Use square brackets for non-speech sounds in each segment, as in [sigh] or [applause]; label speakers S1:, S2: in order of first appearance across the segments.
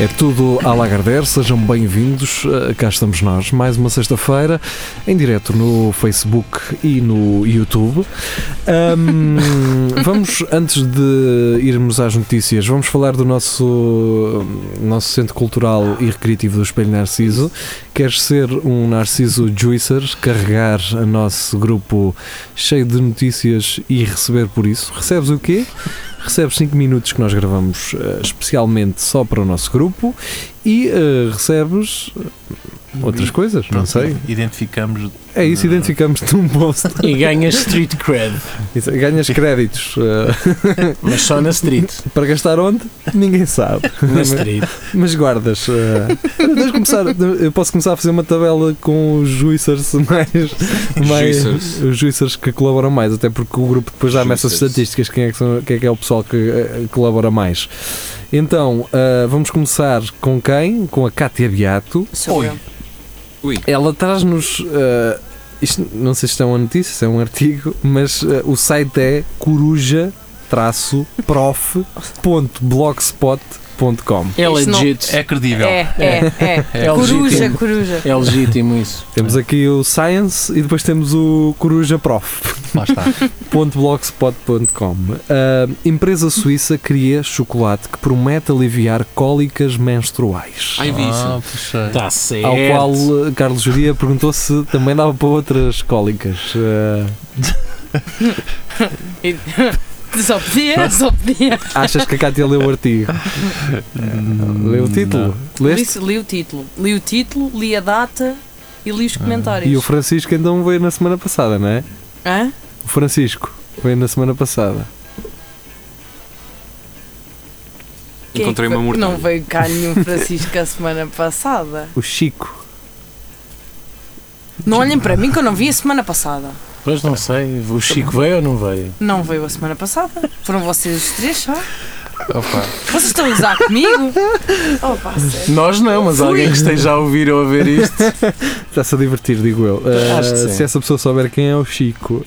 S1: É tudo à Lagardère, sejam bem-vindos. Uh, Cá estamos nós, mais uma sexta-feira, em direto no Facebook e no YouTube. Um, vamos, antes de irmos às notícias, vamos falar do nosso, nosso centro cultural e recreativo do Espelho Narciso. Queres ser um Narciso Juicer, carregar o nosso grupo cheio de notícias e receber por isso? Recebes o quê? recebes 5 minutos que nós gravamos eh, especialmente só para o nosso grupo e eh, recebes eh, outras coisas, não sei.
S2: Identificamos.
S1: É isso, identificamos-te um [laughs] post
S3: E ganhas street cred,
S1: Isso, ganhas créditos eh, [laughs]
S3: mas só na street.
S1: para gastar onde? Ninguém sabe.
S3: Na street.
S1: Mas guardas. eh, tens de começar, eu posso começar a fazer uma tabela com os juicers mais, mais
S2: juicers.
S1: os juicers que colaboram mais, até porque o grupo depois dá-me essas
S2: Juicers.
S1: estatísticas, quem é, que são- quem é que é o pessoal que eh, colabora mais. Então, ah, vamos começar com quem? Com a Cátia Beato.
S4: Sou eu.
S1: Ela traz-nos. ah, isto, não sei se isto é uma notícia, se é um artigo, mas ah, o site é coruja-prof.blogspot.com.
S3: É
S4: Isto não-
S3: legit.
S2: É credível.
S4: É, é, é.
S3: É
S4: coruja,
S3: legítimo.
S4: coruja.
S3: É legítimo isso.
S1: Temos aqui o Science e depois temos o Coruja Prof.
S2: Lá está.
S1: .blogspot.com A Ah, empresa suíça cria chocolate que promete aliviar cólicas menstruais.
S5: Ai, vi isso.
S2: Ah, puxei.
S3: Está É Tá certo.
S1: Ao qual eh, Carlos Juria perguntou se também dava para outras cólicas. Eh,
S4: Só podia, só [laughs] podia.
S1: achas que a Cátia leu o artigo?
S3: Hum,
S1: Eh, leu o título?
S4: Li,
S1: Leste?
S4: li o título. Li o título, li a data Ah. e li os comentários.
S1: E o Francisco então veio na semana passada, não é?
S4: Hã?
S1: O Francisco veio na semana passada.
S4: Quem é
S5: Encontrei
S4: que
S5: uma
S4: foi- Não
S5: mortalha.
S4: veio cá nenhum Francisco a semana passada.
S1: O Chico.
S4: Não olhem para mim que eu não vi a semana passada.
S3: Pois não sei, o Chico veio ou não veio?
S4: Não veio a semana passada. Foram vocês os três só.
S2: Opa.
S4: Vocês estão a usar comigo? Opa, sério.
S3: Nós não, mas alguém que esteja a ouvir ou a
S2: [laughs]
S3: ver isto.
S1: Está-se a divertir, digo eu. Eh,
S3: Acho que sim.
S1: se essa pessoa souber quem é o Chico.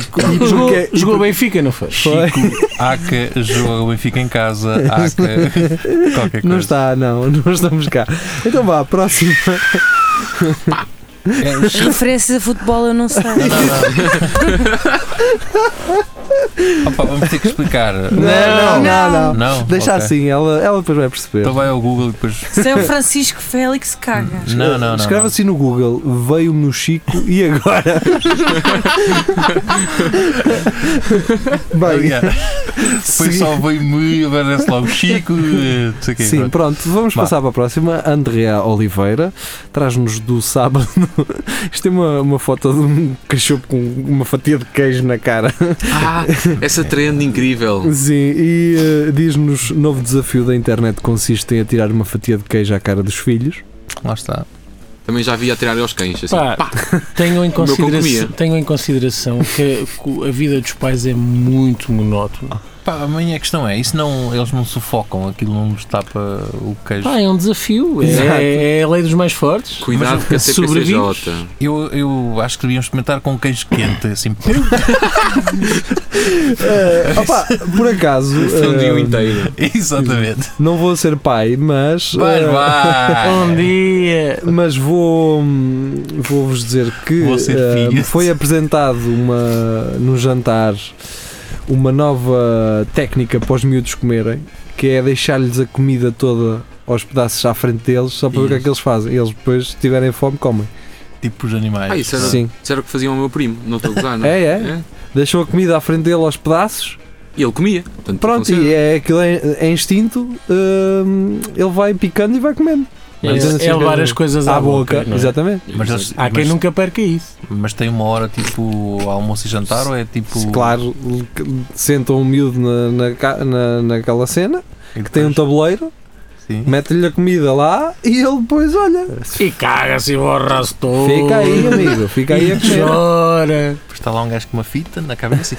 S3: Jogou,
S1: Porque-
S3: jogou Benfica, não foi?
S1: Foi.
S2: Chico, Aca, Ah. joga o Benfica em casa,
S1: [laughs]
S2: Aca, qualquer coisa.
S1: Não está, não, [laughs] não estamos cá. Então vá,
S2: [laughs]
S1: próximo.
S2: É, Chico.
S4: Referências a futebol eu não sei.
S2: Opa, Ah, vamos ter que explicar.
S1: não, não. não.
S2: Não?
S1: Deixa
S2: Ok.
S1: assim, ela, ela depois vai perceber.
S2: Então vai ao Google e depois.
S4: Se é o Francisco Félix caga.
S2: Não, não, não.
S1: Escreve assim no Google, veio-me no Chico
S2: [laughs]
S1: e agora?
S2: não.
S1: Bem,
S2: Aliás,
S1: [laughs]
S2: Foi
S1: segui-
S2: só veio-me, aparece logo Chico, eh, não sei o quê.
S1: Sim,
S2: pronto.
S1: pronto, vamos
S2: Vá.
S1: passar para a próxima. Andrea Oliveira traz-nos do sábado. [laughs] Isto tem uma, uma foto de um cachorro com uma fatia de queijo na cara.
S5: Ah, essa trend incrível.
S1: Sim, e eh, diz-nos: novo desafio da internet consiste em atirar uma fatia de queijo à cara dos
S2: [laughs]
S1: filhos.
S2: Lá está.
S5: Também já vi a tirar aos cães. Assim.
S3: Pá, tenham, em
S5: meu cão
S3: considera-
S5: comia.
S3: tenham em consideração que a- a vida dos pais é muito monótona.
S2: Pá, a minha questão é: isso não, eles não sufocam, aquilo não nos tapa o queijo.
S3: Pá, é um desafio. É, é a lei dos mais fortes.
S5: Cuidado
S2: Mas
S5: com a
S3: sobrevives?
S5: CPCJ.
S2: Eu, eu acho que deviam experimentar com queijo quente, assim. pum,
S1: Eh, opa, por
S2: [laughs]
S1: acaso,
S5: Foi um dia
S1: eh,
S5: inteiro.
S2: [laughs] Exatamente.
S1: não vou ser pai, mas.
S2: Vai,
S1: eh,
S2: vai.
S3: Bom dia.
S1: Mas vou vou vos dizer que
S2: Vou ser
S1: eh,
S2: filho.
S1: foi apresentado uma num jantar uma nova técnica para os miúdos comerem, que é deixar-lhes a comida toda aos pedaços à frente deles, só para ver o que é que eles fazem. Eles depois, se tiverem fome, comem.
S2: Tipo os animais.
S5: Ah, isso era,
S1: Sim.
S5: isso era o que fazia o meu primo. Não estou a gozar, não
S1: É, é. Deixam a comida à frente dele aos pedaços.
S5: E ele comia. Portanto,
S1: Pronto,
S5: funciona.
S1: e é aquilo é, é instinto. hum, ele vai picando e vai comendo. Mas ainda
S3: É,
S1: chega
S3: é levar as coisas à,
S1: à boca.
S3: não é?
S1: Exatamente.
S2: Mas, eles-
S3: Há quem
S2: mas-
S3: nunca perca isso.
S2: mas tem uma hora tipo almoço e jantar ou é tipo.
S1: Se, Claro, sentam um miúdo na, na, ca- na, naquela cena, que tem um tabuleiro,
S2: Sim.
S1: mete-lhe a comida lá e ele depois olha.
S3: E caga-se e borra-se todo.
S1: Fica
S3: Oh.
S1: aí, amigo, fica aí
S3: [laughs]
S1: a
S3: E
S1: comer.
S3: chora.
S1: [laughs]
S2: Depois está lá um gajo com uma fita na cabeça e.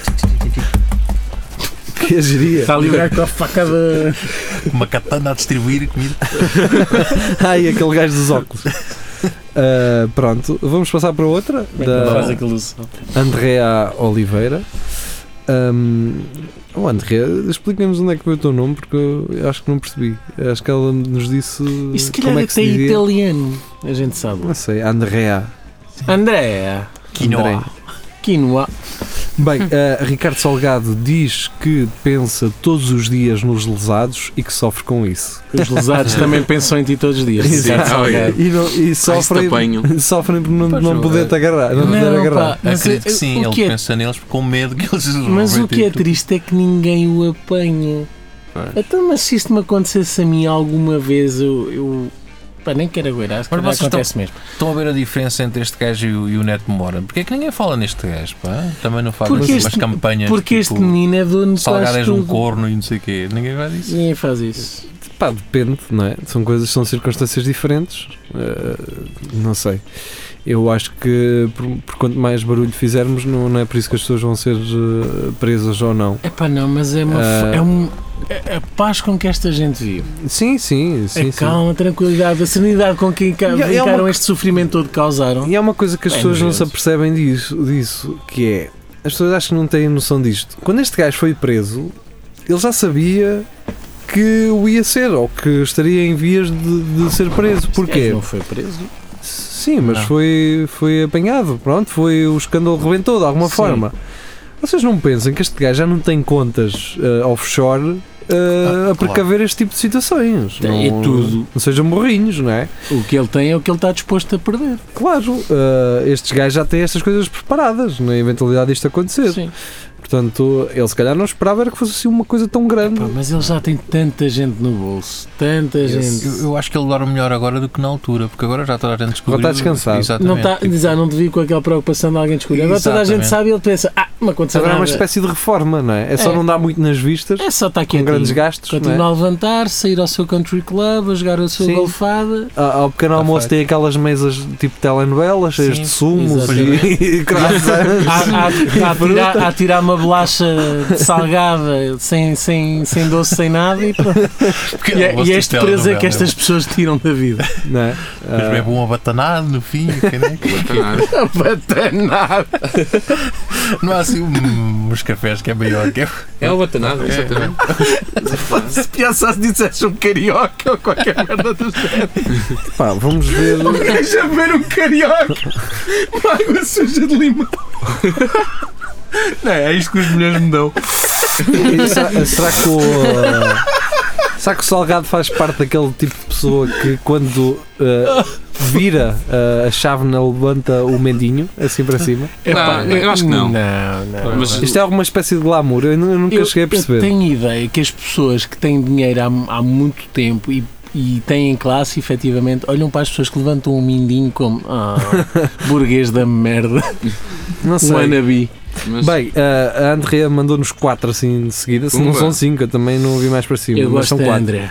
S1: que a geria.
S3: Está a livrar com a facada.
S2: Uma katana a distribuir comida.
S1: [laughs] Ai, aquele gajo dos óculos. Ah, pronto, vamos passar para outra
S3: Não é faz
S1: da
S3: aquilo.
S1: Andrea Oliveira. Um, oh, Andrea, explica-nos onde é que foi o teu nome, porque eu acho que não percebi. Acho que ela nos disse
S3: E se calhar
S1: como é que
S3: até
S1: se dizia.
S3: italiano. A gente sabe.
S1: Não sei, Andrea.
S3: Andréa.
S2: Quinoa.
S3: Quinoa.
S1: Bem,
S3: Hum.
S1: eh, Ricardo Salgado diz que pensa todos os dias nos lesados e que sofre com isso.
S3: Os lesados também pensam em ti todos os dias.
S5: Sim,
S3: [laughs] Exato.
S5: ah, é.
S1: E, não, e
S5: Ah, isso te
S1: sofrem,
S5: apanho.
S1: [laughs] sofrem por não,
S5: Pois
S1: não
S5: não,
S1: poder-te agarrar. Não, poder
S3: Não,
S1: agarrar.
S3: pá, mas,
S2: Ah, Acredito que
S3: eh,
S2: sim,
S3: o
S2: ele
S3: que é,
S2: pensa neles com medo que eles tipo,
S3: mas o que é
S2: tudo.
S3: triste é que ninguém o apanha. Então, mas se isto me acontecesse a mim alguma vez, eu. eu pá, nem quero aguardar,
S2: Mas
S3: se calhar
S2: vocês estão-
S3: acontece mesmo.
S2: Estão a ver a diferença entre este gajo e o, e o Neto Mora? Porque é que ninguém fala neste gajo? Pá? Também não faz
S3: Porque
S2: umas
S3: este-
S2: campanhas.
S3: Porque este
S2: tipo,
S3: menino é dono de quase
S2: Salgado és um
S3: tudo.
S2: corno e não sei o quê. Ninguém vai disso.
S3: Ninguém faz isso.
S1: Pá, depende, não é? São coisas, são circunstâncias diferentes. Eh, não sei. Eu acho que por, por quanto mais barulho fizermos, não, não é por isso que as pessoas vão ser eh, presas ou não.
S3: É pá, não, mas é uma.
S1: Ah.
S3: É um, é- a paz com que esta gente vive.
S1: Sim, sim, sim.
S3: a
S1: sim.
S3: É calma, a tranquilidade, a serenidade com que enca-
S1: E é- é
S3: encaram
S1: uma-
S3: este sofrimento todo que causaram.
S1: E é uma coisa que as
S3: Bem,
S1: pessoas não se
S3: maravilhoso.
S1: apercebem disso, disso, que é. As pessoas acho que não têm noção disto. Quando este gajo foi preso, ele já sabia que o ia ser, ou que estaria em vias de, de ser preso. Porquê?
S3: Não foi preso.
S1: Sim, mas
S2: Não.
S1: foi, foi apanhado, pronto, foi o escândalo rebentou de alguma
S3: Sim.
S1: forma. Vocês não pensam que este gajo já não tem contas eh, offshore eh,
S2: Ah,
S1: a precaver este tipo de situações?
S3: Tem, é
S1: não,
S3: tudo.
S1: Não sejam morrinhos, não é?
S3: O que ele tem é o que ele está disposto a perder.
S1: Claro, eh, estes gajos já têm estas coisas preparadas na eventualidade disto acontecer.
S3: Sim.
S1: Portanto, ele se calhar não esperava era que fosse assim uma coisa tão grande.
S3: Pá, mas ele já tem tanta gente no bolso. Tanta
S2: Eu,
S3: gente.
S2: eu acho que ele dorme melhor agora do que na altura, porque agora já toda a gente descobriu.
S1: Agora está descansado.
S2: Exatamente.
S3: Não, tá- está,
S2: Tipo,
S3: já não devia com aquela preocupação de alguém descobrir. Agora toda a gente
S2: Exatamente.
S3: sabe e ele pensa: Ah, não aconteceu
S1: Agora é uma
S3: nada.
S1: espécie um de reforma, não é? É só
S3: É.
S1: não dar muito nas vistas,
S3: É só estar aqui
S1: com grandes gastos. não é?
S3: Continuar a levantar, sair ao seu country club, a jogar a sua
S1: Sim.
S3: golfada.
S1: Ah, Ao pequeno
S2: Tá
S1: almoço
S2: feito.
S1: tem aquelas mesas tipo telenovelas, cheias
S2: Sim,
S1: de sumos [laughs] e, e
S3: A,
S1: croissants.
S3: a, a,
S1: Fruta.
S3: a, tirar, a [laughs] tirar uma bolacha de salgada sem, sem, sem doce, sem nada e pronto.
S2: porque
S3: E,
S2: eu gosto
S3: é- e
S2: de
S3: este preso é que
S2: telenovela.
S3: estas pessoas tiram da vida.
S1: Não é?
S2: Depois
S1: Ah,
S2: bebe um abatanado no fim. que é, né?
S3: [laughs]
S2: nem-
S5: Batanada.
S3: Batanada!
S2: Não há assim um- uns cafés que é maior
S3: [laughs]
S2: que é.
S5: É o batanada, exatamente.
S3: Se pensasse disseste um
S2: [laughs]
S3: carioca ou qualquer merda do
S1: pá, vamos ver.
S3: gajo a ver um carioca uma água suja de limão.
S2: Não, é isto que os mulheres me dão.
S1: será, será que o. Será que o Salgado faz parte daquele tipo de pessoa que quando ah, vira ah, a chave na levanta o mendinho, assim para cima?
S5: Não, eu acho que não.
S3: Não, não.
S5: Mas
S1: Isto é alguma espécie de glamour, eu, nu- eu nunca cheguei a perceber.
S3: tenho ideia que as pessoas que têm dinheiro há, há muito tempo e, e têm classe, efetivamente, olham para as pessoas que levantam um mindinho como
S1: [laughs]
S3: ah, burguês da merda,
S1: Não sei.
S3: um anabi.
S5: mas
S1: Bem, ah, a Andrea mandou-nos quatro assim de seguida, se não
S5: Pumba.
S1: são cinco, eu também não vi mais para cima,
S3: Eu
S1: mas
S3: gosto
S1: são
S3: da
S1: quatro.
S3: André.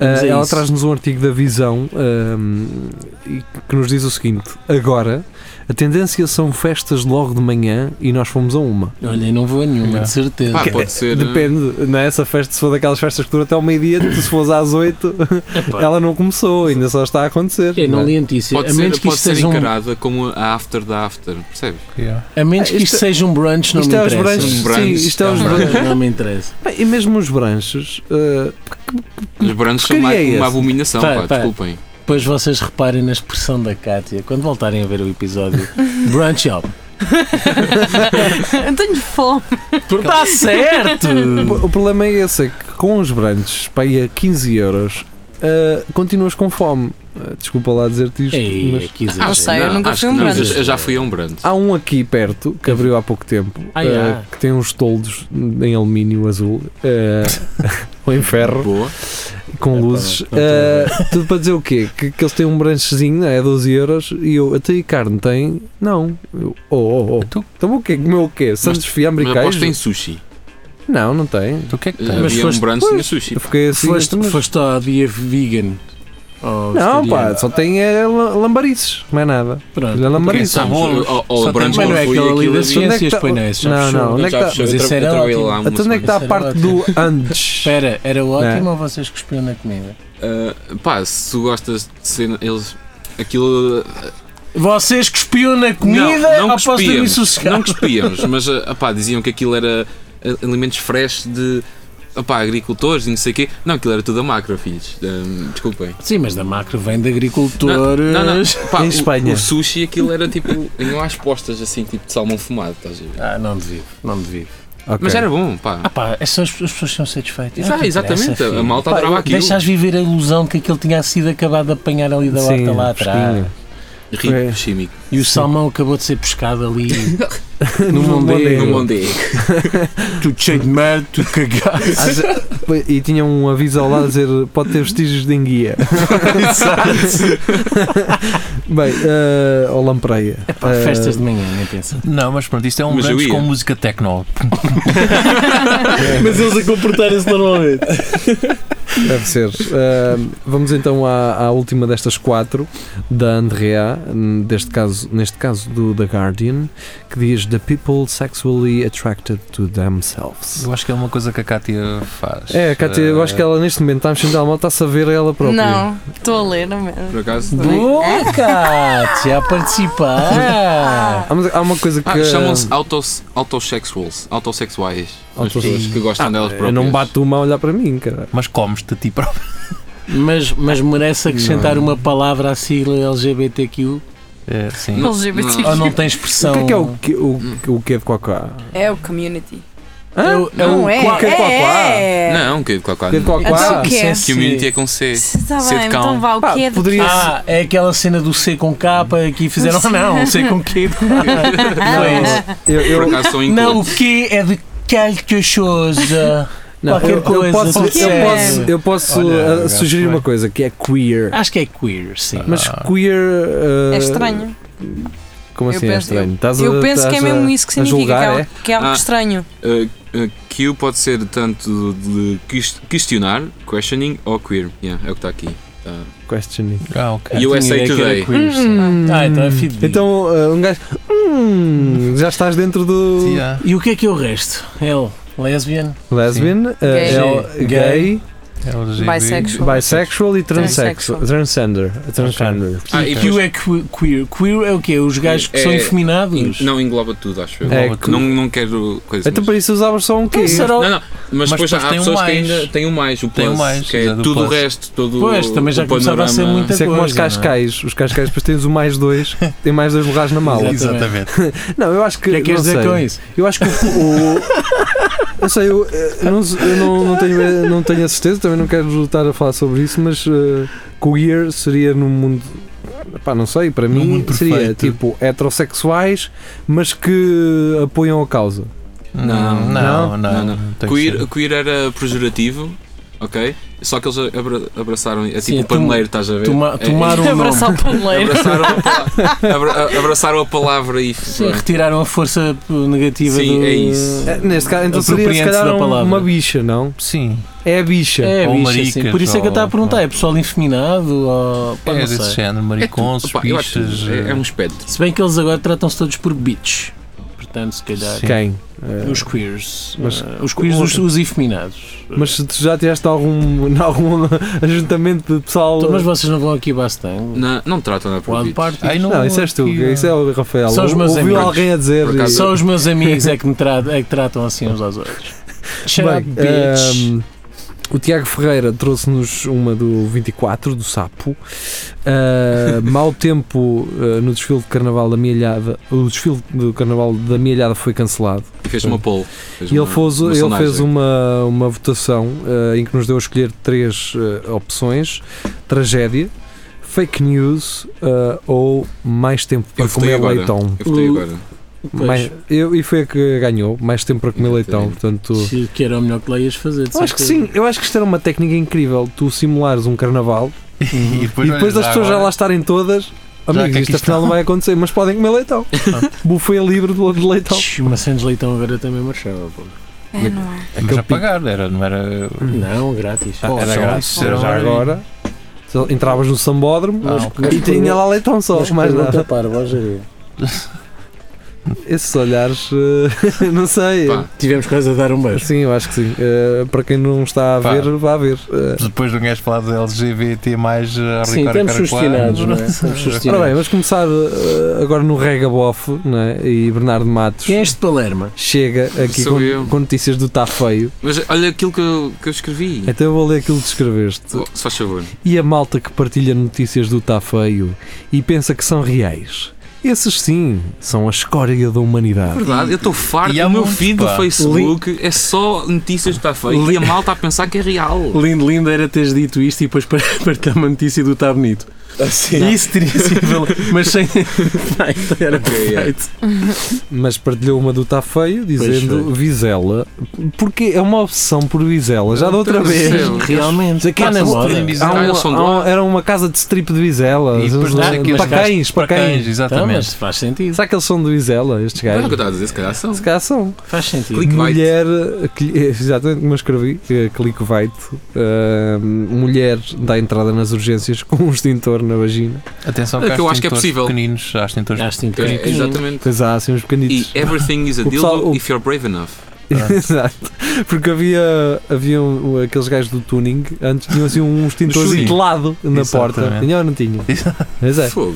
S3: Mas
S1: Uh,
S3: é
S1: ela
S3: isso.
S1: traz-nos um artigo da Visão um, e que nos diz o seguinte: agora a tendência são festas logo de manhã e nós fomos a uma.
S3: Olha, eu não vou a nenhuma, de certeza.
S5: pá, pode ser.
S1: Depende, não é? Se a festa se for daquelas festas que dura até ao meio-dia, tu se fores às oito, ela não começou, ainda só está a acontecer.
S3: Eu não
S1: é?
S3: li a notícia.
S5: Pode
S3: a menos
S5: ser,
S3: que
S5: pode
S3: isto
S5: ser
S3: seja um,
S5: encarada como a after da after, percebes?
S3: a menos que
S1: Ah,
S3: isto,
S1: isto-
S3: seja um brunch, não
S1: Isto
S3: me
S1: é os
S3: interessa.
S1: branches,
S5: Um
S1: sim,
S5: brunch,
S1: isto é os
S5: um
S1: branches.
S3: não me interessa.
S1: Bem, E mesmo os branches, uh,
S5: Os branches são
S1: porcaria
S5: mais
S1: é essa?
S5: uma abominação,
S3: Pá,
S5: pá,
S3: pá.
S5: desculpem.
S3: Depois vocês reparem na expressão da Kátia quando voltarem a ver
S1: [laughs]
S3: o episódio Brunch Up.
S4: Eu tenho fome.
S3: Está certo!
S1: o problema é esse: é que com os branches, pai, a 15 euros, uh, continuas com fome. Uh, desculpa lá dizer-te isto, mas
S3: Ei, é
S5: Ah,
S3: que exagero.
S4: Não sei, eu nunca
S5: acho
S4: fui a
S5: que
S4: um
S5: não,
S4: brunch.
S5: Eu já fui a um brunch.
S1: Há um aqui perto que abriu há pouco tempo
S3: Ah,
S1: eh,
S3: já.
S1: que tem uns toldos em alumínio azul eh, [laughs] ou em ferro
S5: Boa. É, tá
S1: com
S3: Epá,
S1: luzes.
S3: não estou a
S1: Eh,
S3: ver.
S1: tudo para dizer o quê? Que, que eles têm um branchezinho, é 12 euros e eu até e carne tem? Não. Eu, oh, oh, oh.
S2: Tu-
S1: Então o quê? Comeu o quê? Santos fiambre e
S5: Mas aposto Então,
S1: queijo? Tá.
S5: tem sushi.
S1: Não, não tem.
S2: Tu o que é que
S5: Havia
S2: tens?
S3: foste-
S5: um brunch tinha
S1: Eu
S5: sushi. pá.
S1: fiquei assim.
S3: Foste,
S1: mas-
S3: foste ao dia vegan. Ou
S1: Não,
S3: vegetariano?
S1: pá, só tem é, la- lambarices, não é nada.
S3: Pronto.
S1: Olha, lambarices.
S2: Só
S5: Só o, o,
S2: tem-
S5: o Brandes
S3: Mas não é aquele ali
S5: Bonfui, aquilo
S3: das
S5: ali.
S1: Onde é que
S3: ciências,
S1: tá-
S3: pois não. esse já
S1: Não,
S3: fechou.
S1: não, onde é que
S5: Já
S1: tá-
S5: percebi,
S3: Mas
S5: eu
S3: esse
S5: tra-
S3: era
S5: eu trabalhei
S3: ótimo.
S5: lá
S1: Então onde é que está a
S3: Isso era
S1: parte do é? antes?
S3: Espera, era ótimo ou vocês cuspiam na comida?
S5: Uh, pá, se tu gostas de cena, eles. Aquilo. uh,
S3: Vocês cuspiam na comida
S5: não,
S3: ou posso dormir
S5: cuspíamos,
S3: sossegado?
S5: não cuspíamos,
S3: [laughs]
S5: mas uh, pá, diziam que aquilo era uh, alimentos fresh de opá, agricultores e não sei o quê. Não, aquilo era tudo a macro, filhos. Um, desculpem.
S3: Sim, mas da macro vem de
S5: Não,
S3: agricultores.
S5: não, não, pá,
S1: Em
S5: o-
S1: Espanha.
S5: O, sushi aquilo era tipo. Não às postas assim, tipo de salmão fumado, estás a ver?
S3: Ah, não devido, não devido.
S1: Ok.
S5: Mas era bom, pá.
S3: Ah pá, é só as, as pessoas são satisfeitas.
S5: Ah,
S3: Ah, que
S5: exatamente,
S3: interessa,
S5: a
S3: filho.
S5: malta
S3: Pá,
S5: adorava aquilo.
S3: Deixas viver a ilusão que aquele tinha sido acabado de apanhar ali da
S1: Sim,
S3: horta lá atrás.
S1: fresquinho.
S5: [laughs] Rico,
S1: É.
S5: chimico.
S3: E o salmão acabou de ser pescado ali [laughs] no mondego.
S5: No
S1: Sim.
S5: Mondego.
S3: [laughs] Tu cheio de merda, tu cagado.
S1: Às- E tinha um aviso ao lado a dizer pode ter vestígios de
S5: [laughs]
S1: enguia. Bem, eh, ou lampreia.
S3: Ah, Pá,
S1: Eh,
S3: festas de manhã,
S1: [laughs]
S3: nem pensa.
S2: Não, mas pronto, isto é um
S5: Mas eu
S2: brunch
S5: ia.
S2: com música techno.
S3: Mas eles a comportarem-se normalmente.
S1: Eh, Deve ser. Ahm, vamos então à, à última destas quatro, da Andrea, hum, deste caso, neste caso do The Guardian, que diz The people sexually attracted to themselves.
S2: Eu acho que é uma coisa que a Kátia faz.
S1: É, Cátia, eu acho que ela neste momento está a mexendo a mão, está-se a ver a ela própria.
S4: Não, estou a ler, não é?
S5: Por acaso.
S3: Boa, É, Cátia, a participar.
S1: Há uma- Há uma coisa que.
S5: Ah, chamam-se autos, autosexuals, autosexuais. As
S1: Autos-
S5: pessoas que gostam delas
S1: Eu
S5: próprias.
S1: não bato uma a olhar para mim, cara.
S2: Mas comes-te a ti próprio.
S3: Mas, mas merece acrescentar uma palavra à sigla LGBTQ
S2: É, sim.
S5: Não.
S4: LGBT.
S3: ou não tem expressão?
S1: O que é que é o que, o, o que é de cocá?
S4: É o community.
S3: É o- é
S4: não
S3: o-
S4: é?
S1: qua- que é qua- qua?
S4: é.
S5: Não, que claro,
S1: Que é de
S5: claro.
S1: cocá?
S4: Então o que
S3: Sim,
S4: é?
S3: sim.
S5: Community é com C.
S4: Está
S5: Ser de
S4: bem,
S5: cão.
S4: então vá, o
S1: Pá,
S4: que é de
S1: poderia ser.
S3: Ah, é aquela cena do C com K que fizeram.
S4: Sim.
S3: Não, C com [laughs] Q. Foi isso.
S1: Eu,
S5: Por
S1: eu,
S5: acaso são
S3: [laughs] Não,
S5: inclusos.
S3: o Q é de calcachosa.
S1: não,
S3: qualquer
S1: eu- eu
S3: coisa,
S1: posso,
S3: pode
S1: eu
S4: ser.
S1: posso, eu posso
S2: Olha,
S1: ah,
S2: eu acho
S1: sugerir uma
S2: bem.
S1: coisa que é queer.
S3: Acho que é queer, sim.
S1: Mas queer. ah,
S4: É estranho.
S1: Como
S4: Eu
S1: assim é
S4: penso-
S1: estranho? Estás a-
S4: Eu penso que é
S1: estás a-
S4: mesmo isso que
S1: a
S4: significa,
S1: julgar,
S4: que é algo,
S1: é?
S4: que é algo
S5: Ah.
S4: estranho.
S5: Uh, uh, Q pode ser tanto de ques- questionar, questioning ou queer. Yeah, é o que está aqui. Tá.
S1: Questioning.
S2: Ah, ok.
S5: E o USA
S3: Tinha ideia que era
S5: Today.
S3: queer, sim.
S4: Hum.
S3: Ah, então é fidedigno.
S1: Então ah, um gajo. Hum, já estás dentro do.
S2: Sim, ah.
S3: E o que é que é o resto? Ele, lesbian?
S1: Lesbian, ah,
S4: Gay.
S1: L-
S3: Gay.
S1: gay,
S2: LGBT.
S4: Bisexual.
S1: bisexual e transexual. Transgender. Transgender.
S5: Ah, e
S3: Q
S5: depois-
S3: é que- queer. Queer é o quê? Os gajos que
S5: É-
S3: são infeminados?
S5: não engloba tudo, acho eu.
S1: É
S2: Logo
S1: que-
S5: Não, não quero coisas.
S1: Então
S5: mas-
S1: para isso usavas só um quê?
S3: Isso era o-
S5: Não, não,
S2: Mas
S5: mas, depois
S2: depois
S5: há
S2: tem um
S5: pessoas que
S2: mais.
S5: ainda têm o mais, o plus,
S2: Tem um mais,
S5: que é
S2: exato, o
S5: tudo o
S2: plus.
S5: resto, todo
S3: Pois, também já
S5: o
S3: começava a ser
S5: panorama.
S3: muita
S1: Isso é como os
S3: coisa, não é?
S1: cascais. Os cascais depois tens o mais dois, tem mais dois lugares na mala.
S3: Exato.
S2: Exatamente.
S1: Não, eu acho que.
S3: O que é que
S1: não
S3: queres dizer
S1: sei.
S3: com isso?
S1: Eu acho que o. o- eu sei, eu, eh, eu não, eu não, não tenho, eh, não tenho a certeza, também não quero estar a falar sobre isso, mas eh, queer seria num mundo. Pá, não sei, para
S2: Num
S1: mim
S2: mundo
S1: seria
S2: perfeito.
S1: tipo heterossexuais, mas que apoiam a causa.
S2: Não, não, não.
S5: não, não.
S2: não tem que
S5: Queer,
S2: ser.
S5: queer era pejorativo, ok? Só que eles abra- abraçaram, é
S3: Sim,
S5: tipo o
S3: tom-
S5: paneleiro, estás a ver?
S3: Toma-
S5: É-
S3: tomar
S5: [laughs]
S3: um nome.
S4: Abraçar o paneleiro.
S5: abraçaram, a pala- abra- abraçaram a palavra e
S3: Sim, retiraram a força p- negativa
S5: Sim,
S3: do...
S5: é isso.
S1: Eh, Neste caso, então seria se
S3: Apropriando-se
S1: calhar
S3: da
S1: um-
S3: palavra.
S1: uma bicha, não?
S2: Sim.
S1: É a bicha.
S3: É,
S2: Ou
S3: bicho,
S2: maricas,
S3: assim. Por isso é que eu estava a perguntar, é pessoal infeminado ou... pá,
S2: É
S3: não
S2: desse
S3: sei.
S2: género, maricons,
S5: Opa, eu acho que
S2: bichas.
S5: é, é
S2: eh,
S5: um espectro.
S3: Se bem que eles agora tratam-se todos por bitch. Portanto, se calhar...
S2: Sim.
S1: Quem? Eh,
S3: Os queers.
S1: Mas-
S3: eh, os queers, os, os efeminados.
S1: Mas se tu já tiveste algum, [laughs] em algum ajuntamento de pessoal.
S3: Então, mas vocês não vão aqui bastango?
S5: Na- não me tratam nada por
S3: One
S5: bicho.
S3: party.
S2: Ai,
S1: Não, isso és tu,
S2: aqui,
S1: isso é o Rafael.
S3: São os meus
S1: Ouviu
S3: amigos.
S1: alguém a dizer.
S5: Por acaso-
S1: e-
S3: Só
S1: [laughs]
S3: os meus amigos é que, me tra- é que tratam assim uns aos outros. Shut up,
S1: Bem,
S3: bitch.
S1: ehm, o Tiago Ferreira trouxe-nos uma do 24, do Sapo. Ah,
S3: [laughs]
S1: mau tempo ah, no desfile de carnaval da Mielhada. O desfile do carnaval da Mielhada foi cancelado.
S5: E fez uma poll. Fez
S1: E ele,
S5: uma-
S1: fez,
S5: uma
S1: ele
S5: sondagem.
S1: fez um uma, uma votação eh, em que nos deu a escolher três eh, opções: tragédia, fake news eh, ou mais tempo para
S5: Eu votei
S1: comer
S5: agora.
S1: leitão.
S5: Eu votei
S3: O-
S5: agora.
S3: Pois.
S1: Mais- eu, e foi a que ganhou: mais tempo para comer leitão.
S5: Exatamente.
S1: Portanto,
S3: Se- Que era o melhor que lá ias fazer. de
S1: eu acho que
S3: certeza.
S1: sim, eu acho que isto era uma técnica incrível. Tu simulares um carnaval
S5: [laughs]
S2: E depois,
S1: e depois das pessoas já lá estarem todas. Amigos,
S5: é
S2: que aqui
S1: isto
S2: está.
S1: afinal
S5: tá
S1: não vai acontecer, mas podem comer
S5: [laughs]
S1: leitão. Buffet livre de de leitão.
S3: Tch, Uma cena de leitão agora também marchava. pô.
S1: Hum.
S4: É, não é?
S2: Mas a pagar, era, não era.
S3: Não, grátis.
S2: Ah,
S3: Pô,
S2: era
S3: só-
S2: grátis,
S3: só-
S2: era
S1: Já
S2: Ora,
S1: agora. Então, Entravas no sambódromo
S2: Ah,
S3: Mas-
S2: ok.
S3: mas
S1: e tinha lá leitão só,
S3: Mas que
S1: mais
S3: pergunta
S1: nada.
S3: parva, ó, Jair.
S1: Esses olhares, eh, [laughs] não sei.
S5: Pá.
S3: Tivemos quase a dar um beijo.
S1: Sim, eu acho que sim. Eh, para quem não está a
S2: Pá.
S1: ver, vá ver. Eh,
S2: Depois de um gajo falar de LGBT mais
S1: Tá
S2: eh,
S3: Sim, estamos sustinados, não é? Estamos
S1: Ora bem,
S3: sustinados.
S1: vamos começar eh, agora no Rega Boff não é? e Bernardo Matos
S3: Quem é este de Palerma?
S1: chega aqui
S5: Sou
S1: com,
S5: eu.
S1: com notícias do Tá Feio.
S5: Mas olha aquilo que eu, que eu escrevi.
S1: Então eu vou ler aquilo que escreveste.
S5: Oh, se faz favor.
S1: E a malta que partilha notícias do Tá Feio e pensa que são reais. Esses sim são a escória da humanidade.
S5: Verdade, eu estou farto.
S2: e há
S5: O meu
S2: muitos,
S5: feed do
S2: pá.
S5: Facebook é só notícias que está feio. E a malta a pensar que é real.
S3: Lindo, lindo era teres dito isto e depois [laughs] par- partilhar uma notícia do Tá Bonito. Isso teria sido. Mas sem. Vai, então era perfeito.
S1: Mas partilhou uma do Tá Feio dizendo
S3: foi.
S1: Vizela, porque é uma obsessão por Vizela, já da outra vez.
S5: Sim,
S3: Realmente.
S1: Aqui
S3: Está na moda.
S1: Há uma-
S5: Ah, eles são de
S1: há uma-
S5: lá.
S1: era uma casa de strip de Vizela.
S2: E depois
S1: Para
S2: deixa aquilo
S1: para
S2: cascas-
S1: cães, para cães.
S3: Tá,
S2: exatamente.
S3: mas faz sentido.
S1: Será que eles são de Vizela, estes
S5: Não é o que eu
S1: gajos?
S5: estava a dizer, se calhar são.
S1: Se calhar são.
S3: Faz sentido.
S5: Clickbait.
S1: Mulher, que- eh, [laughs] exatamente como eu escrevi, eh, clickbait, eh, mulher dá entrada nas urgências com um extintor na vagina.
S2: [laughs] Atenção,
S5: É
S2: que,
S5: que eu acho que é possível.
S2: Pequeninos, há extintores
S3: Acho que
S5: É, exatamente.
S1: Pois há assim uns
S5: E
S1: pequenitos.
S5: everything is a
S1: Então, O pessoal-
S5: dildo
S1: o-
S5: if you're brave enough.
S1: [laughs] Exato. Porque havia, haviam aqueles gajos do tuning, antes tinham assim um extintor
S2: Sim.
S1: de lado na
S2: Exatamente.
S1: porta. Tinha ou não tinha? Mas é,
S5: Fogo.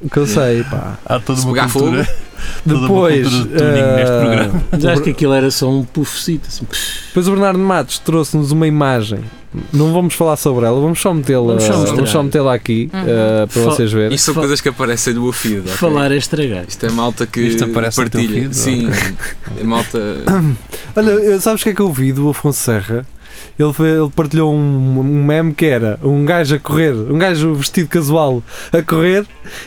S1: o que eu sei, pá.
S2: Há toda
S5: Se
S2: uma
S5: pegar
S2: cultura.
S5: [laughs]
S2: Toda uma
S1: Depois.
S2: cultura de tuning
S1: eh,
S2: neste programa.
S3: Mas acho que aquilo era só um puffcito. Assim.
S1: Depois o Bernardo Matos trouxe-nos uma imagem. Não vamos falar sobre ela, vamos só metê-la
S3: Vamos só mostrar.
S1: vamos só metê-la aqui
S4: Uhum.
S1: eh, para
S3: Fa-
S1: vocês verem.
S5: Isto são
S3: Fa-
S5: coisas que aparecem no meu feed. ok?
S3: Falar é estragar.
S5: Isto é malta que
S2: Isto aparece no teu
S5: partilha.
S2: feed,
S5: Sim, é malta.
S1: Olha, eu- sabes o que é que eu vi do Afonso Serra? Ele, fe- ele partilhou um, um meme que era um gajo a correr, um gajo vestido casual a correr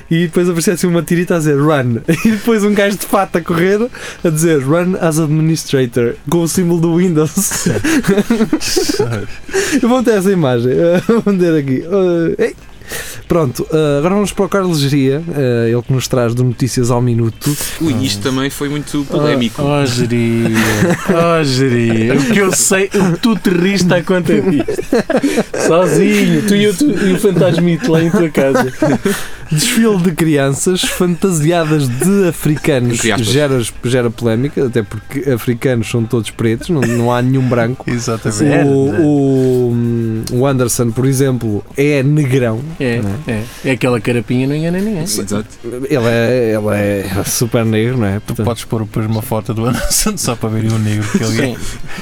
S1: e depois aparecia assim uma tirita a dizer run [laughs] e depois um gajo de fato a correr a dizer run as administrator com o símbolo do Windows. eu vou ter essa imagem, eh, vou meter aqui. Eh, ei. Pronto, eh, agora vamos para o Carlos Geria, eh, ele que nos traz de notícias ao minuto.
S5: Ui, isto também foi muito
S1: Ah,
S5: polémico.
S3: Oh, geria. Oh, geria. O que eu sei, o que tu te riste está conta [laughs] disto. Sozinho. Tu e, eu, tu e o fantasmito lá em tua casa.
S1: Desfile de crianças fantasiadas de africanos
S5: Entre aspas.
S1: gera, gera polémica, até porque africanos são todos pretos, não, não há nenhum branco.
S2: Exatamente.
S1: O, o- o Anderson, por exemplo, é negrão.
S3: É, é. É aquela carapinha, não engana ninguém.
S5: Exato.
S1: Ele é, ele é super negro, não é? Portanto,
S2: Podes pôr depois uma foto do Anderson só para verem o negro que ele é.
S3: Sim.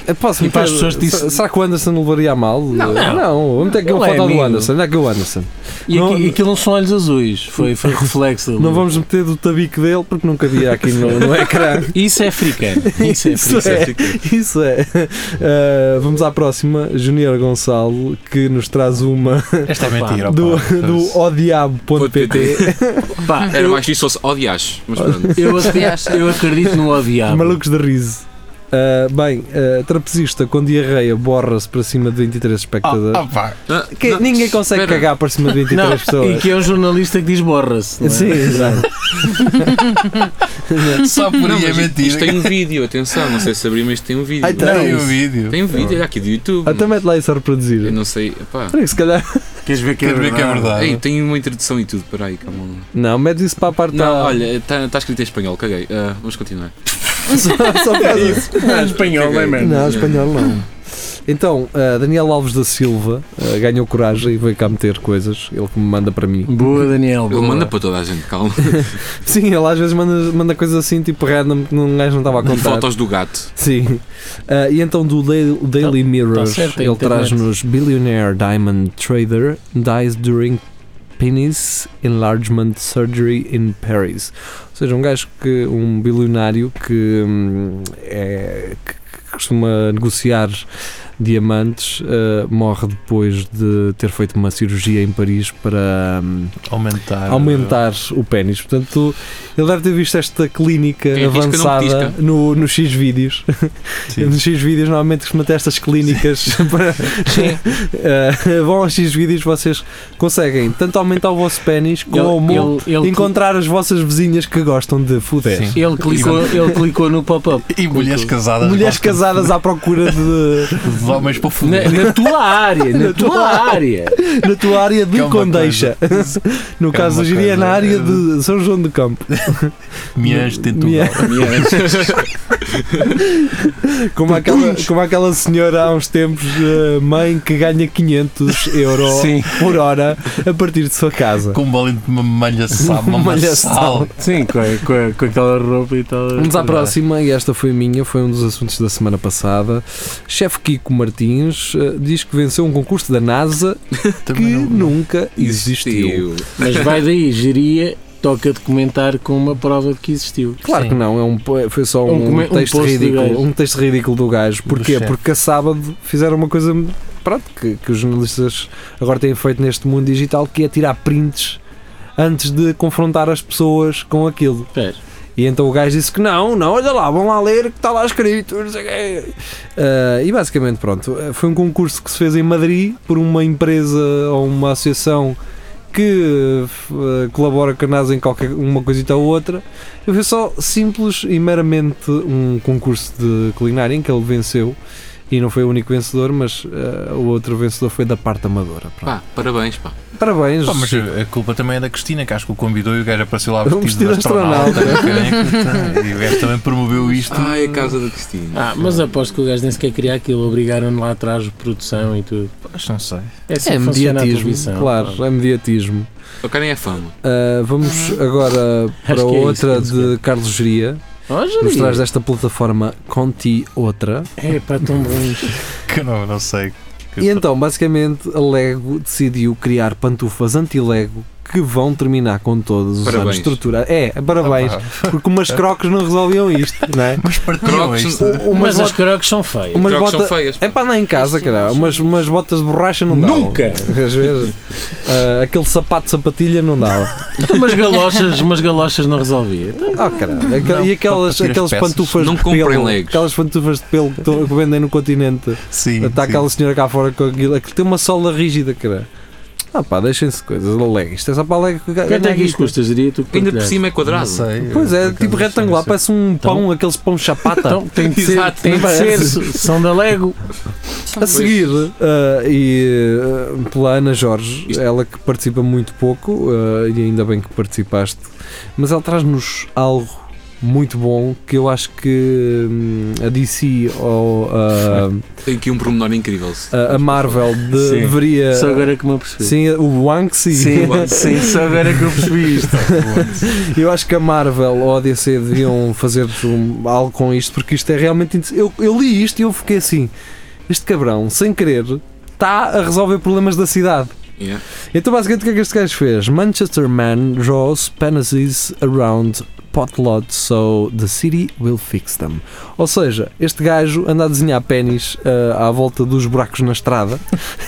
S1: eu posso
S3: E para as
S1: meter-
S3: pessoas disse-
S1: se- Será que o Anderson levaria a mal? Não,
S3: não.
S1: vamos ter que
S3: Ele
S1: uma
S3: é
S1: foto do
S3: amigo.
S1: Anderson. Onde é que é o Anderson?
S3: E
S1: Não-
S3: aqui- aquilo não são olhos azuis. Foi,
S1: [laughs]
S3: foi reflexo. dele.
S1: Não vamos meter do tabique dele porque nunca havia aqui no, no ecrã.
S3: Isso é
S1: [laughs]
S3: africano. Isso é
S1: Isso
S3: africano.
S1: é, [laughs] isso é. Uh, vamos à próxima, Junior Gonçalo, que nos traz uma
S2: Esta é
S3: Opa,
S2: mentira.
S1: do,
S2: opa.
S1: do odiabo.pt
S3: Pá,
S5: Era mais difícil se odias,
S1: [laughs]
S5: mas pronto.
S3: eu, acredito, eu acredito no odiar.
S1: Malucos de riso. Uh, bem, uh, trapezista com diarreia borra-se para cima de 23 espectadores.
S2: Ah, ah, pá.
S5: Não,
S1: Que-
S5: não,
S1: ninguém consegue
S5: espera.
S1: cagar para cima de 23
S3: Não, e [laughs]
S1: pessoas.
S3: que é um jornalista que diz borra-se. não é?
S1: Sim, exato.
S5: [laughs]
S2: Só por
S5: Não,
S2: aí é
S5: mas isto, isto
S2: mentira.
S5: tem um vídeo, atenção, não sei se abri, mas tem um vídeo.
S1: Ah, então.
S2: Tem
S1: Não,
S2: o
S1: isso-
S2: vídeo.
S5: Tem um vídeo, olha aqui do YouTube.
S1: Até Ah, então mete lá isso a
S5: Eu
S1: reproduzir.
S5: não sei, pá.
S1: Espera aí, Se calhar.
S3: Queres ver que é
S2: Quero ver que é
S3: verdade?
S2: verdade.
S5: Ei, tem uma introdução e tudo, peraí, calma lá.
S1: Não, mete isso para a parte
S5: Não,
S1: da-
S5: olha, está escrito em espanhol, caguei. Ah, vamos continuar.
S1: [laughs] Só, só faz isso.
S3: Não, espanhol, não é mesmo?
S1: Não, espanhol não. Então, uh, Daniel Alves da Silva uh, ganhou coragem e veio cá meter coisas. Ele que me manda para mim.
S3: Boa, Daniel.
S5: Ele
S3: boa.
S5: manda para toda a gente,
S1: [laughs]
S5: calma.
S1: Sim, ele às vezes manda, manda coisas assim, tipo random, que um gajo não estava a contar.
S5: Fotos do gato.
S1: Sim. Ah, e então do Daily, Daily Mirror,
S3: Tá- certo, a
S1: ele
S3: internet.
S1: traz-nos Billionaire Diamond Trader Dies During Penis Enlargement Surgery in Paris. Ou seja, um gajo que. um bilionário que, hum, é, que- que costuma negociar diamantes ah, morre depois de ter feito uma cirurgia em Paris para hum,
S2: Aumentar.
S1: aumentar o pênis. Portanto, ele deve ter visto esta clínica
S3: É,
S5: Quem risca, não
S1: avançada
S5: petisca.
S1: no, no X vídeos. [laughs]
S2: Sim.
S1: Nos X vídeos normalmente costuma ter estas clínicas [laughs] para Eh, vão aos X vídeos vocês conseguem tanto aumentar o vosso pênis como
S3: Ele- ele- ele-
S1: encontrar as vossas vizinhas que gostam de fuder.
S2: Sim.
S1: [laughs]
S3: Ele clicou, ele clicou no pop-up.
S2: E mulheres casadas.
S1: Mulheres
S2: gostam
S1: casadas à procura de,
S2: de dos homens para
S3: Na,
S2: foder.
S3: na tua área, na tua ária.
S1: na tua área de
S2: Que é uma
S1: Condeixa. No
S2: Que é
S1: caso,
S2: uma
S1: hoje é na
S2: coisa.
S1: área de São João do Campo.
S2: Miãs tem tudo.
S1: Minha- como, aquela, como aquela senhora há uns tempos, eh, mãe, que ganha 500 [laughs] euros
S3: Sim.
S1: por hora a partir de sua casa.
S2: Com um bolinho de uma malha sal, uma malha sal.
S3: Sim, com, a- com, a- com aquela roupa e tal.
S1: Vamos à próxima, e esta foi minha, foi um dos assuntos da semana passada. Chefe Kiko Martins eh, diz que venceu um concurso da NASA que
S2: Também não-
S1: nunca [laughs] existiu.
S3: Mas vai daí, geria, toca de comentar com uma prova de que existiu.
S1: Claro
S2: Sim.
S1: que não, é um, po- foi só
S3: Um
S1: um,
S3: come- um
S1: texto
S3: post do
S1: ridículo,
S3: gajo.
S1: um texto ridículo do gajo. Porquê?
S2: chefe.
S1: Porque a sábado fizeram uma coisa pronto, que, que os jornalistas agora têm feito neste mundo digital, que é tirar prints antes de confrontar as pessoas com aquilo.
S3: Espera.
S1: E então o gajo disse que não, não, olha lá, vão lá ler que está lá escrito. não sei o quê. Ah, e basicamente, pronto, foi um concurso que se fez em Madrid por uma empresa ou uma associação que eh, colabora com a NASA em qualquer uma coisita ou outra. E foi só simples e meramente um concurso de culinária em que ele venceu. E não foi o único vencedor, mas ah, o outro vencedor foi da parte amadora. Pronto.
S5: Pá, parabéns, pá.
S3: Ah.
S1: Parabéns.
S2: Pá, mas a culpa também é da Cristina, que acho que o convidou e o gajo apareceu lá vestido
S1: Um
S2: de
S1: vestido de
S2: astronauta. Então, e o gajo também promoveu isto.
S5: Ai, a casa da Cristina.
S3: Ah, mas aposto que o gajo nem sequer queria aquilo, obrigaram-no lá atrás de produção e tudo.
S2: Pois, não sei.
S3: É, assim
S1: é
S3: que funciona a
S1: mediatismo,
S3: televisão.
S1: claro, é mediatismo.
S5: O cara é a fama.
S1: Uh, vamos agora para
S3: que é isso,
S1: outra
S3: penso
S1: de Carlos Geria,
S3: Ó,
S1: nos
S3: geria.
S1: traz desta plataforma Conti Outra.
S3: É pá, tão bom
S1: [laughs]
S3: isto.
S2: Que eu não, não sei. Que
S1: E então, basicamente, a Lego decidiu criar pantufas anti-Lego que vão terminar com todos os anos
S5: Parabéns.
S1: de estrutura. É, parabéns,
S2: Ah, pá.
S1: porque umas crocs não resolviam isto, não
S5: [laughs]
S1: é?
S2: Mas partiram
S5: Crocs-
S2: isto.
S1: U-
S3: Mas,
S1: Umas
S3: as
S1: botas.
S3: crocs são feias.
S1: Umas
S5: Trocos
S1: botas.
S5: são feias.
S1: É
S5: pá.
S1: pá, não é em casa, cara. Umas, umas botas de borracha não dava.
S3: Nunca!
S1: Às vezes, uh, aquele sapato de sapatilha não dava.
S5: [laughs]
S3: Então, umas galochas, umas galochas não resolvia.
S1: Ah, caralho. Aquel- e aquelas,
S2: só para tirar
S1: aquelas
S2: as peças.
S1: pantufas
S5: Não
S1: de
S5: comprem
S1: pelo,
S5: Legos.
S1: aquelas pantufas de pelo que, tão- que vendem no continente.
S2: Sim.
S1: Está
S2: sim.
S1: aquela senhora cá fora com aquilo, aquilo tem uma sola rígida, cara. Ah pá, deixem-se coisas, Lego. Isto é só para Lego.
S3: Quanto é que isto custa, diria tu? que
S5: Ainda por
S3: partilhaste?
S5: cima é
S2: Não
S5: quadrado.
S2: Ah, sei.
S1: Pois
S2: eu-
S1: é,
S2: por acaso
S1: tipo
S2: não sei,
S1: retangular,
S2: não sei.
S1: parece um
S3: Então-
S1: pão, aqueles pão chapata.
S3: Então, tem de ser,
S5: Exato,
S3: tem de
S1: não
S3: ser, Então,
S1: parece?
S3: são da Lego.
S1: A seguir, ah, e ah, pela Ana Jorge,
S5: Isto-
S1: ela que participa muito pouco, ah, e ainda bem que participaste, mas ela traz-nos algo muito bom que eu acho que hum, a DC ou ah,
S3: [laughs]
S5: Tem aqui um pormenor incrível.
S1: a, a Marvel de-
S3: Sim.
S1: deveria.
S3: Só agora é que me apercebi.
S1: É. Sim, o Banksy.
S3: Tipo,
S1: [laughs]
S3: sim, sim, só agora que eu percebi isto.
S1: Eu acho que a Marvel ou a DC deviam fazer um- algo com isto, porque isto é realmente. inte- Eu, eu li isto e eu fiquei assim: este cabrão, sem querer, está a resolver problemas da cidade.
S5: Yeah.
S1: Então, basicamente, o que é que este gajo fez? Manchester Man draws penises around potlots so the city will fix them. Ou seja, este gajo anda a desenhar pênis ah, à volta dos buracos na estrada [laughs]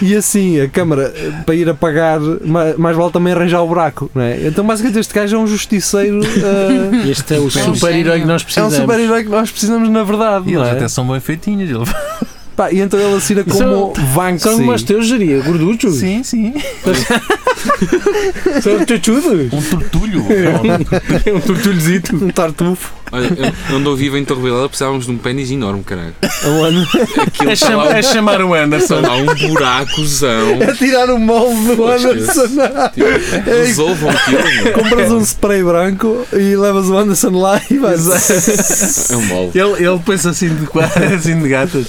S1: e assim a câmara, eh, para ir apagar, ma- mais vale também arranjar o buraco, não é? Então, basicamente, este gajo é um justiceiro,
S3: [laughs]
S1: ah,
S3: Este é o super-herói que nós
S1: é um
S3: precisamos.
S1: super-herói que nós precisamos, na verdade.
S2: E
S1: não
S2: eles
S1: é?
S2: até são bem feitinhos. ele-
S1: Pá, e então ele assina como Banksy.
S3: São umas teus, geria, gorduchos.
S2: Sim, sim.
S3: São chuchudos.
S2: Um tortulho.
S3: É [laughs] um tortulhozito.
S1: um tartufo.
S5: Olha, eu- eu onde vivo em Torre Vilhena precisávamos de um pênis enorme, caralho.
S1: Aonde?
S5: Aquilo
S3: É,
S5: está
S3: chama-
S5: lá,
S3: é chamar o
S5: está
S3: Anderson.
S5: lá um
S1: [laughs]
S5: buracozão.
S1: A tirar o molde do
S5: Poxa.
S1: Anderson.
S5: Tipo,
S1: É
S5: Resolvam aquilo. meu.
S1: Compras um spray branco e levas o Anderson lá e vais.
S5: É um bolo.
S3: [laughs] Ele, ele pensa assim de quadras, [laughs] assim de gatas.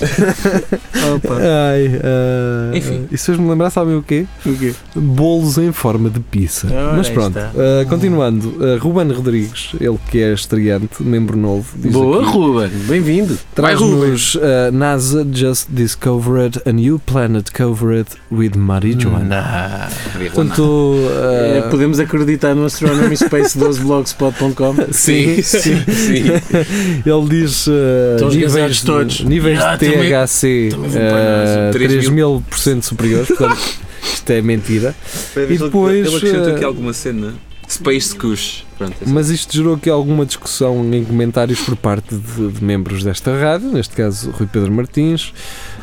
S1: Ai, ah,
S5: Enfim.
S1: E se vocês me lembrar, sabem o quê?
S3: O quê?
S1: Bolos em forma de pizza.
S3: Ora,
S1: Mas pronto,
S3: aí está.
S1: ah, continuando, ah, Ruben Rodrigues, ele que é estreante, membro novo, diz
S3: Boa,
S1: aqui,
S3: Ruben. Bem-vindo.
S1: traz-nos ah, NASA just discovered a new planet covered with marijuana.
S2: Não.
S1: Portanto,
S3: É,
S1: ah,
S3: podemos acreditar no Astronomy Space 12 blogspot.com.
S5: Sim, sim, sim.
S1: Ele diz eh,
S3: Estão
S1: níveis,
S3: esgasados
S1: de-
S3: todos.
S1: níveis
S3: Ah,
S1: de
S3: também-
S1: THC
S3: também vou para
S1: eh,
S5: a NASA.
S1: 3000% superiores, portanto, [laughs] isto é mentira. E depois,
S5: Ele acrescentou aqui
S1: eh,
S5: alguma cena. Space Cush. Pronto, é só.
S1: Mas isto gerou aqui alguma discussão em comentários por parte de, de membros desta rádio, neste caso Rui Pedro Martins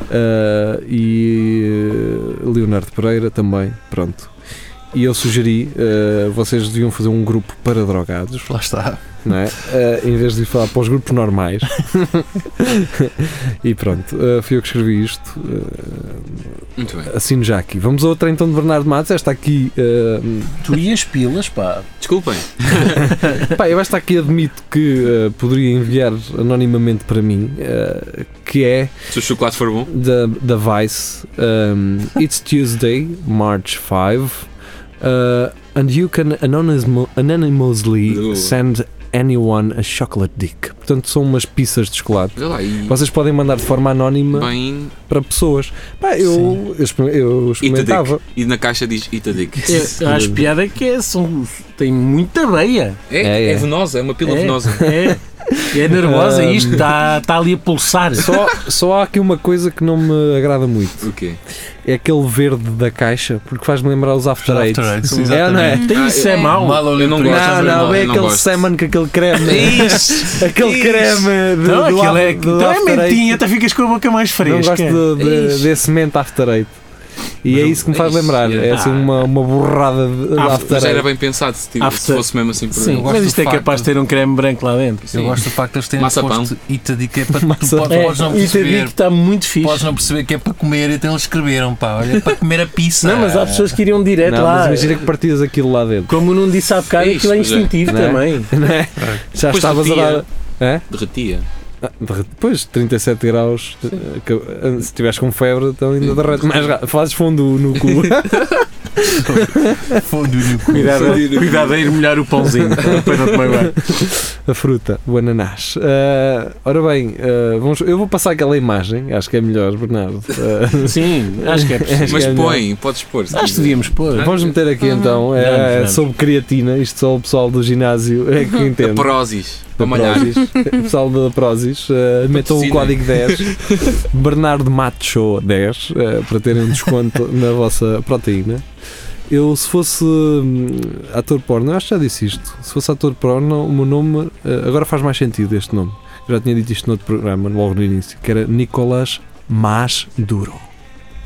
S1: eh, e eh, Leonardo Pereira também, pronto. E eu sugeri, eh, vocês deviam fazer um grupo para drogados,
S2: Lá está.
S1: não é? Eh, em vez de ir falar para os grupos normais. [laughs] e pronto, eh, fui eu que escrevi isto.
S5: Muito bem.
S1: eh, assino já aqui. Vamos a outra então de Bernardo Matos. Esta aqui. eh, [laughs]
S3: Tu e as pilas, pá.
S5: Desculpem.
S1: pá, eu esta aqui admito que eh, poderia enviar anonimamente para mim, eh, que é.
S5: Se o chocolate for bom.
S1: da, da Vice. Um, it's Tuesday, March 5, uh, and you can anonimo- anonymously
S5: Boa.
S1: send anyone a chocolate dick. Portanto, são umas pizzas de chocolate.
S5: Vê lá e
S1: Vocês podem mandar de forma anónima
S5: bem.
S1: para pessoas. Pá, eu, eu, exper- eu
S5: Ita
S1: experimentava.
S5: dick. E na caixa diz Ita dick.
S3: Eu acho piada que é, são, tem muita veia.
S1: É,
S5: É, é,
S1: é.
S5: venosa, é uma pílula venosa.
S3: É, é nervosa e isto está está ali a pulsar.
S1: Só, só há aqui uma coisa que não me agrada muito.
S5: O quê?
S1: É aquele verde da caixa, porque faz-me lembrar os After
S2: Os
S1: Eight.
S2: After Eights,
S1: É, não é?
S5: Ah,
S3: Tem isso é,
S4: É.
S3: mau.
S5: Eu não gosto.
S1: Não, não,
S5: eu
S1: é
S5: não
S1: aquele
S5: gosto.
S1: salmon com aquele creme. [laughs] Aquele creme de,
S3: Não,
S1: do
S3: aquilo é,
S1: af- do
S3: então é
S1: After Eight.
S3: mentinha, até ficas com a boca mais
S1: Não
S3: fresca.
S1: gosto de, de, desse mente After Eight. E é isso que me faz
S5: Ixi,
S1: lembrar. É
S5: yeah.
S1: assim uma, uma borrada de, de
S3: Ah,
S1: After
S5: Mas era
S1: Eight.
S5: bem pensado se, tivesse- se
S3: After-
S5: fosse mesmo assim por
S3: Sim,
S2: gosto
S3: mas
S2: do
S3: isto é
S2: facto.
S3: capaz de ter um creme branco lá dentro.
S5: Sim.
S2: Eu gosto do facto de eles terem
S5: Massa pão.
S2: posto Ita dick é para tu
S1: [laughs] Massa
S2: podes,
S3: É,
S2: podes não
S3: isso é
S2: perceber.
S3: que está muito fixe.
S2: Podes não perceber que é para comer, então eles escreveram, pá, olha, é para comer a pizza. [laughs]
S3: Não, mas há pessoas que iriam direto
S1: Não,
S3: lá.
S1: mas imagina que partias aquilo lá dentro. [laughs]
S3: Como não disse há bocado,
S5: Isso,
S3: aquilo é
S5: pois é.
S3: instintivo
S1: Não é?
S3: também.
S1: não é? Já
S5: Depois
S1: estavas a
S5: do
S1: dar. É?
S5: Derretia.
S1: Ah, derrete- Depois, 37 graus, eh, que- se tiveres com febre, então ainda derrete mais rápido. Fazes fundo no cu.
S2: Fundo no cu.
S3: Cuidado, cuidado a ir molhar o [laughs] pãozinho para não tomar bem.
S1: a fruta, o ananás. Ah, ora bem, ah, vamos, eu vou passar aquela imagem, acho que é melhor, Bernardo. Ah,
S3: Sim, acho
S1: [laughs]
S3: que é possível.
S1: Acho
S5: Mas
S1: que é
S5: põe, podes pôr. se
S3: Acho que
S5: quiser.
S3: devíamos pôr.
S1: Vamos meter aqui então, é,
S3: Vamos, vamos.
S1: sobre creatina, isto só o pessoal do ginásio é que
S5: Da
S1: entende.
S5: Prozis.
S1: Da
S5: Para malhar.
S1: Prozis. [laughs] O pessoal da Prozis, eh, metam o
S5: Patrocinem.
S1: código 10, Bernardo Macho 10, eh, para terem um desconto [laughs] na vossa proteína. Eu, se fosse hum, ator porno, eu acho que já disse isto. Se fosse ator porno, o meu nome. eh, agora faz mais sentido este nome. Eu já tinha dito isto noutro programa, logo no início, que era Nicolas Mas Duro.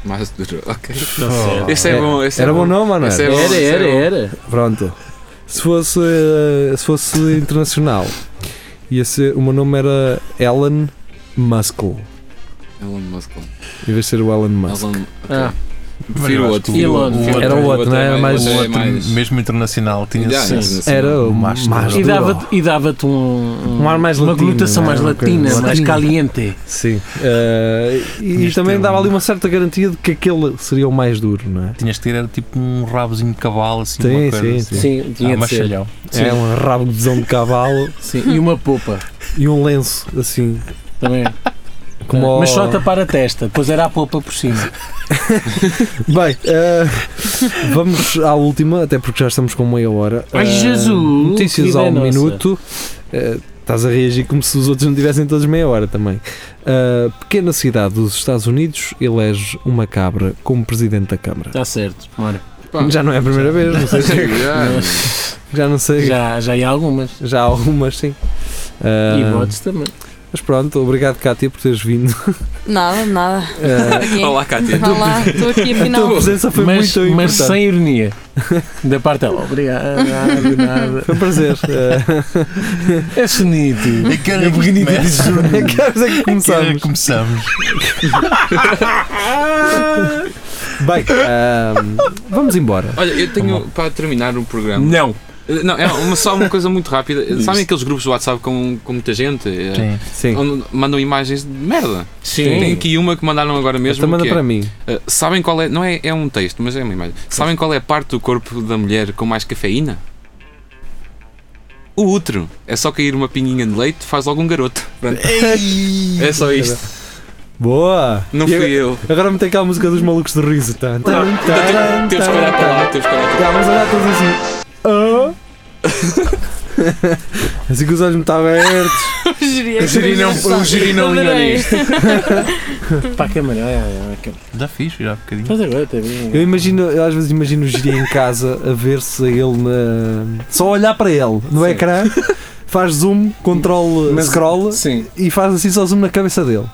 S5: Mas duro. Ok.
S3: Não sei.
S5: Esse é
S1: Era-
S5: bom. Esse
S1: Era
S5: é
S1: bom nome, ou não
S5: Esse
S1: era?
S5: é bom,
S3: Era,
S5: esse é
S3: era,
S5: bom.
S3: era.
S1: Pronto. Se fosse, eh, se fosse internacional, ia ser, o meu nome era Alan Muskle,
S5: Elon Musk.
S1: em vez de ser o Alan Musk.
S5: Elon.
S3: Ah.
S5: ok. Prefiro o outro.
S3: Elon.
S1: Era o outro, não é?
S5: é
S1: Mais-
S5: mais.
S2: O
S5: é
S2: outro,
S5: mais-
S2: mesmo internacional, tinha
S5: Yeah,
S2: sucesso.
S5: internacional.
S1: Era o
S2: Mas-
S1: Mas
S2: Mas-
S3: Ah, E
S1: Duro.
S3: dava-te e dava-te um,
S1: Um ar mais
S3: uma
S1: latino,
S3: glutação
S1: não é?
S3: mais
S1: Uma coisa
S3: latina, mais
S1: latina.
S3: caliente.
S1: Sim. Eh, e
S2: Este é
S1: também
S2: um-
S1: dava ali uma certa garantia de que aquele seria o mais duro, não é?
S2: Tinhas de ter era tipo um rabozinho de cavalo, assim,
S1: Sim,
S2: uma coisa
S1: sim,
S2: assim.
S3: Sim,
S2: Ah,
S3: tinha de ser.
S1: [laughs]
S2: machalhão.
S3: Sim.
S1: É um rabozão de cavalo
S3: Sim, e uma popa
S1: e um lenço, assim.
S3: também.
S1: Como
S3: Mas
S1: o-
S3: só tapar a testa, depois era a popa por cima.
S1: Bem, eh, vamos à última, até porque já estamos com meia hora.
S3: Ai,
S1: Eh,
S3: Jesus,
S1: Notícias
S3: vida
S1: ao
S3: nossa.
S1: minuto. Eh, estás a reagir como se os outros não tivessem todos meia hora também. Eh, pequena cidade dos Estados Unidos elege uma cabra como presidente da Câmara.
S3: Está Tá certo, bora.
S5: Pá. [laughs]
S1: Já não é a primeira vez, não sei. se-
S5: Yeah.
S1: Já não sei. Já,
S3: Ah. Já, já há algumas.
S1: há algumas, sim. Eh,
S3: E votos também.
S1: mas pronto, obrigado Cátia por teres
S5: [laughs]
S1: vindo.
S4: Nada, nada.
S1: Eh,
S4: Aqui.
S5: Olá, Cátia.
S4: Vá lá, estou aqui
S1: a
S4: afinal.
S1: tua presença foi
S3: mas,
S1: muito
S3: mas
S1: importante.
S3: sem ironia. Da parte dela. Obrigado, nada.
S1: Foi um
S5: [laughs]
S1: prazer. Eh,
S3: É bonito.
S2: Eu quero é que comece.
S1: quer dizer [laughs] que
S2: Quero é
S1: começamos.
S5: [laughs]
S2: que começamos.
S1: Bem, ahm, vamos embora.
S5: Olha, eu tenho para terminar o programa.
S3: Não.
S5: Eh, Não, é uma, só uma coisa muito rápida. Sabem aqueles grupos do WhatsApp com, com muita gente? Eh,
S2: Sim.
S1: Sim.
S5: Onde mandam imagens de merda.
S3: Sim.
S5: Tem aqui uma que mandaram agora mesmo.
S1: Então manda
S5: que é,
S1: para mim.
S5: eh, sabem qual é. Não é, é um texto, mas é uma imagem. Sabem qual é a parte do corpo da mulher com mais cafeína? O útero. É só cair uma pinguinha de leite, faz logo um garoto. Pronto. É só isto.
S1: Boa!
S5: Não
S1: E
S5: fui eu.
S1: agora- Agora mete aquela música dos malucos de riso. Tan, tan, taran,
S5: Temos que olhar para lá, temos que olhar para
S1: Já, vamos olhar todos assim. Ah.
S5: [laughs]
S1: assim que os olhos me estavam abertos.
S4: [laughs] O giri é
S3: O giri não-
S4: engraçado.
S3: o giri não
S4: Adorei.
S3: engana isto. Para a câmara. Ah, olha, olha, olha, câmara.
S2: Já fiz, já há bocadinho.
S3: é. Faz agora, está bem.
S1: Eu imagino, eu às vezes imagino o Giri em casa a ver-se a ele na. Só olhar para ele no
S3: Sim.
S1: ecrã, faz zoom, controle,
S3: Mas-
S1: scroll
S3: Sim.
S1: e faz assim só zoom na cabeça dele.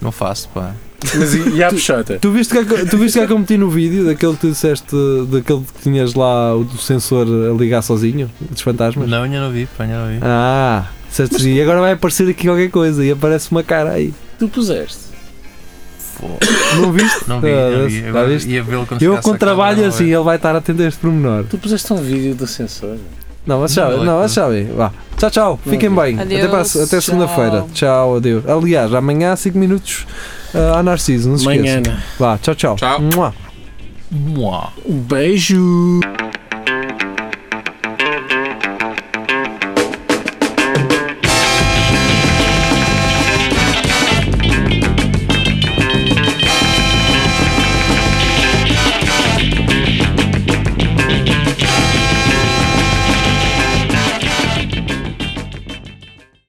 S2: Não faço, pá.
S3: Mas e, [laughs] e a puxota?
S1: Tu viste, que, é que- tu viste que é que eu meti no vídeo daquele que tu disseste, daquele que tinhas lá o do sensor a ligar sozinho, dos fantasmas?
S2: Não, ainda não vi, pá, ainda não vi.
S1: Ah, disseste e agora vai aparecer aqui qualquer coisa e aparece uma cara aí.
S3: Tu puseste.
S1: Não viste?
S2: Não vi,
S1: Ah,
S2: não vi.
S1: já
S2: Agora
S1: viste?
S2: ia vê-lo quando
S1: Eu
S2: chegasse à
S1: com trabalho
S2: câmara,
S1: assim,
S2: não
S1: ele vai estar atento a este pormenor.
S3: Tu puseste um vídeo do sensor.
S1: Não, mas tchau,
S2: Não,
S1: não,
S2: é
S1: mas
S2: que-
S1: tchau, aí, vá. Tchau, tchau, fiquem bem. até para a se- até
S4: Adeus,
S1: segunda-feira.
S4: tchau.
S1: Tchau, adeus. Aliás, amanhã há 5 minutos ah, ao Narciso, não se esqueça.
S3: Manhã.
S1: Vá, tchau, tchau.
S5: Tchau.
S1: Mua.
S2: é? Muá.
S3: Um beijo.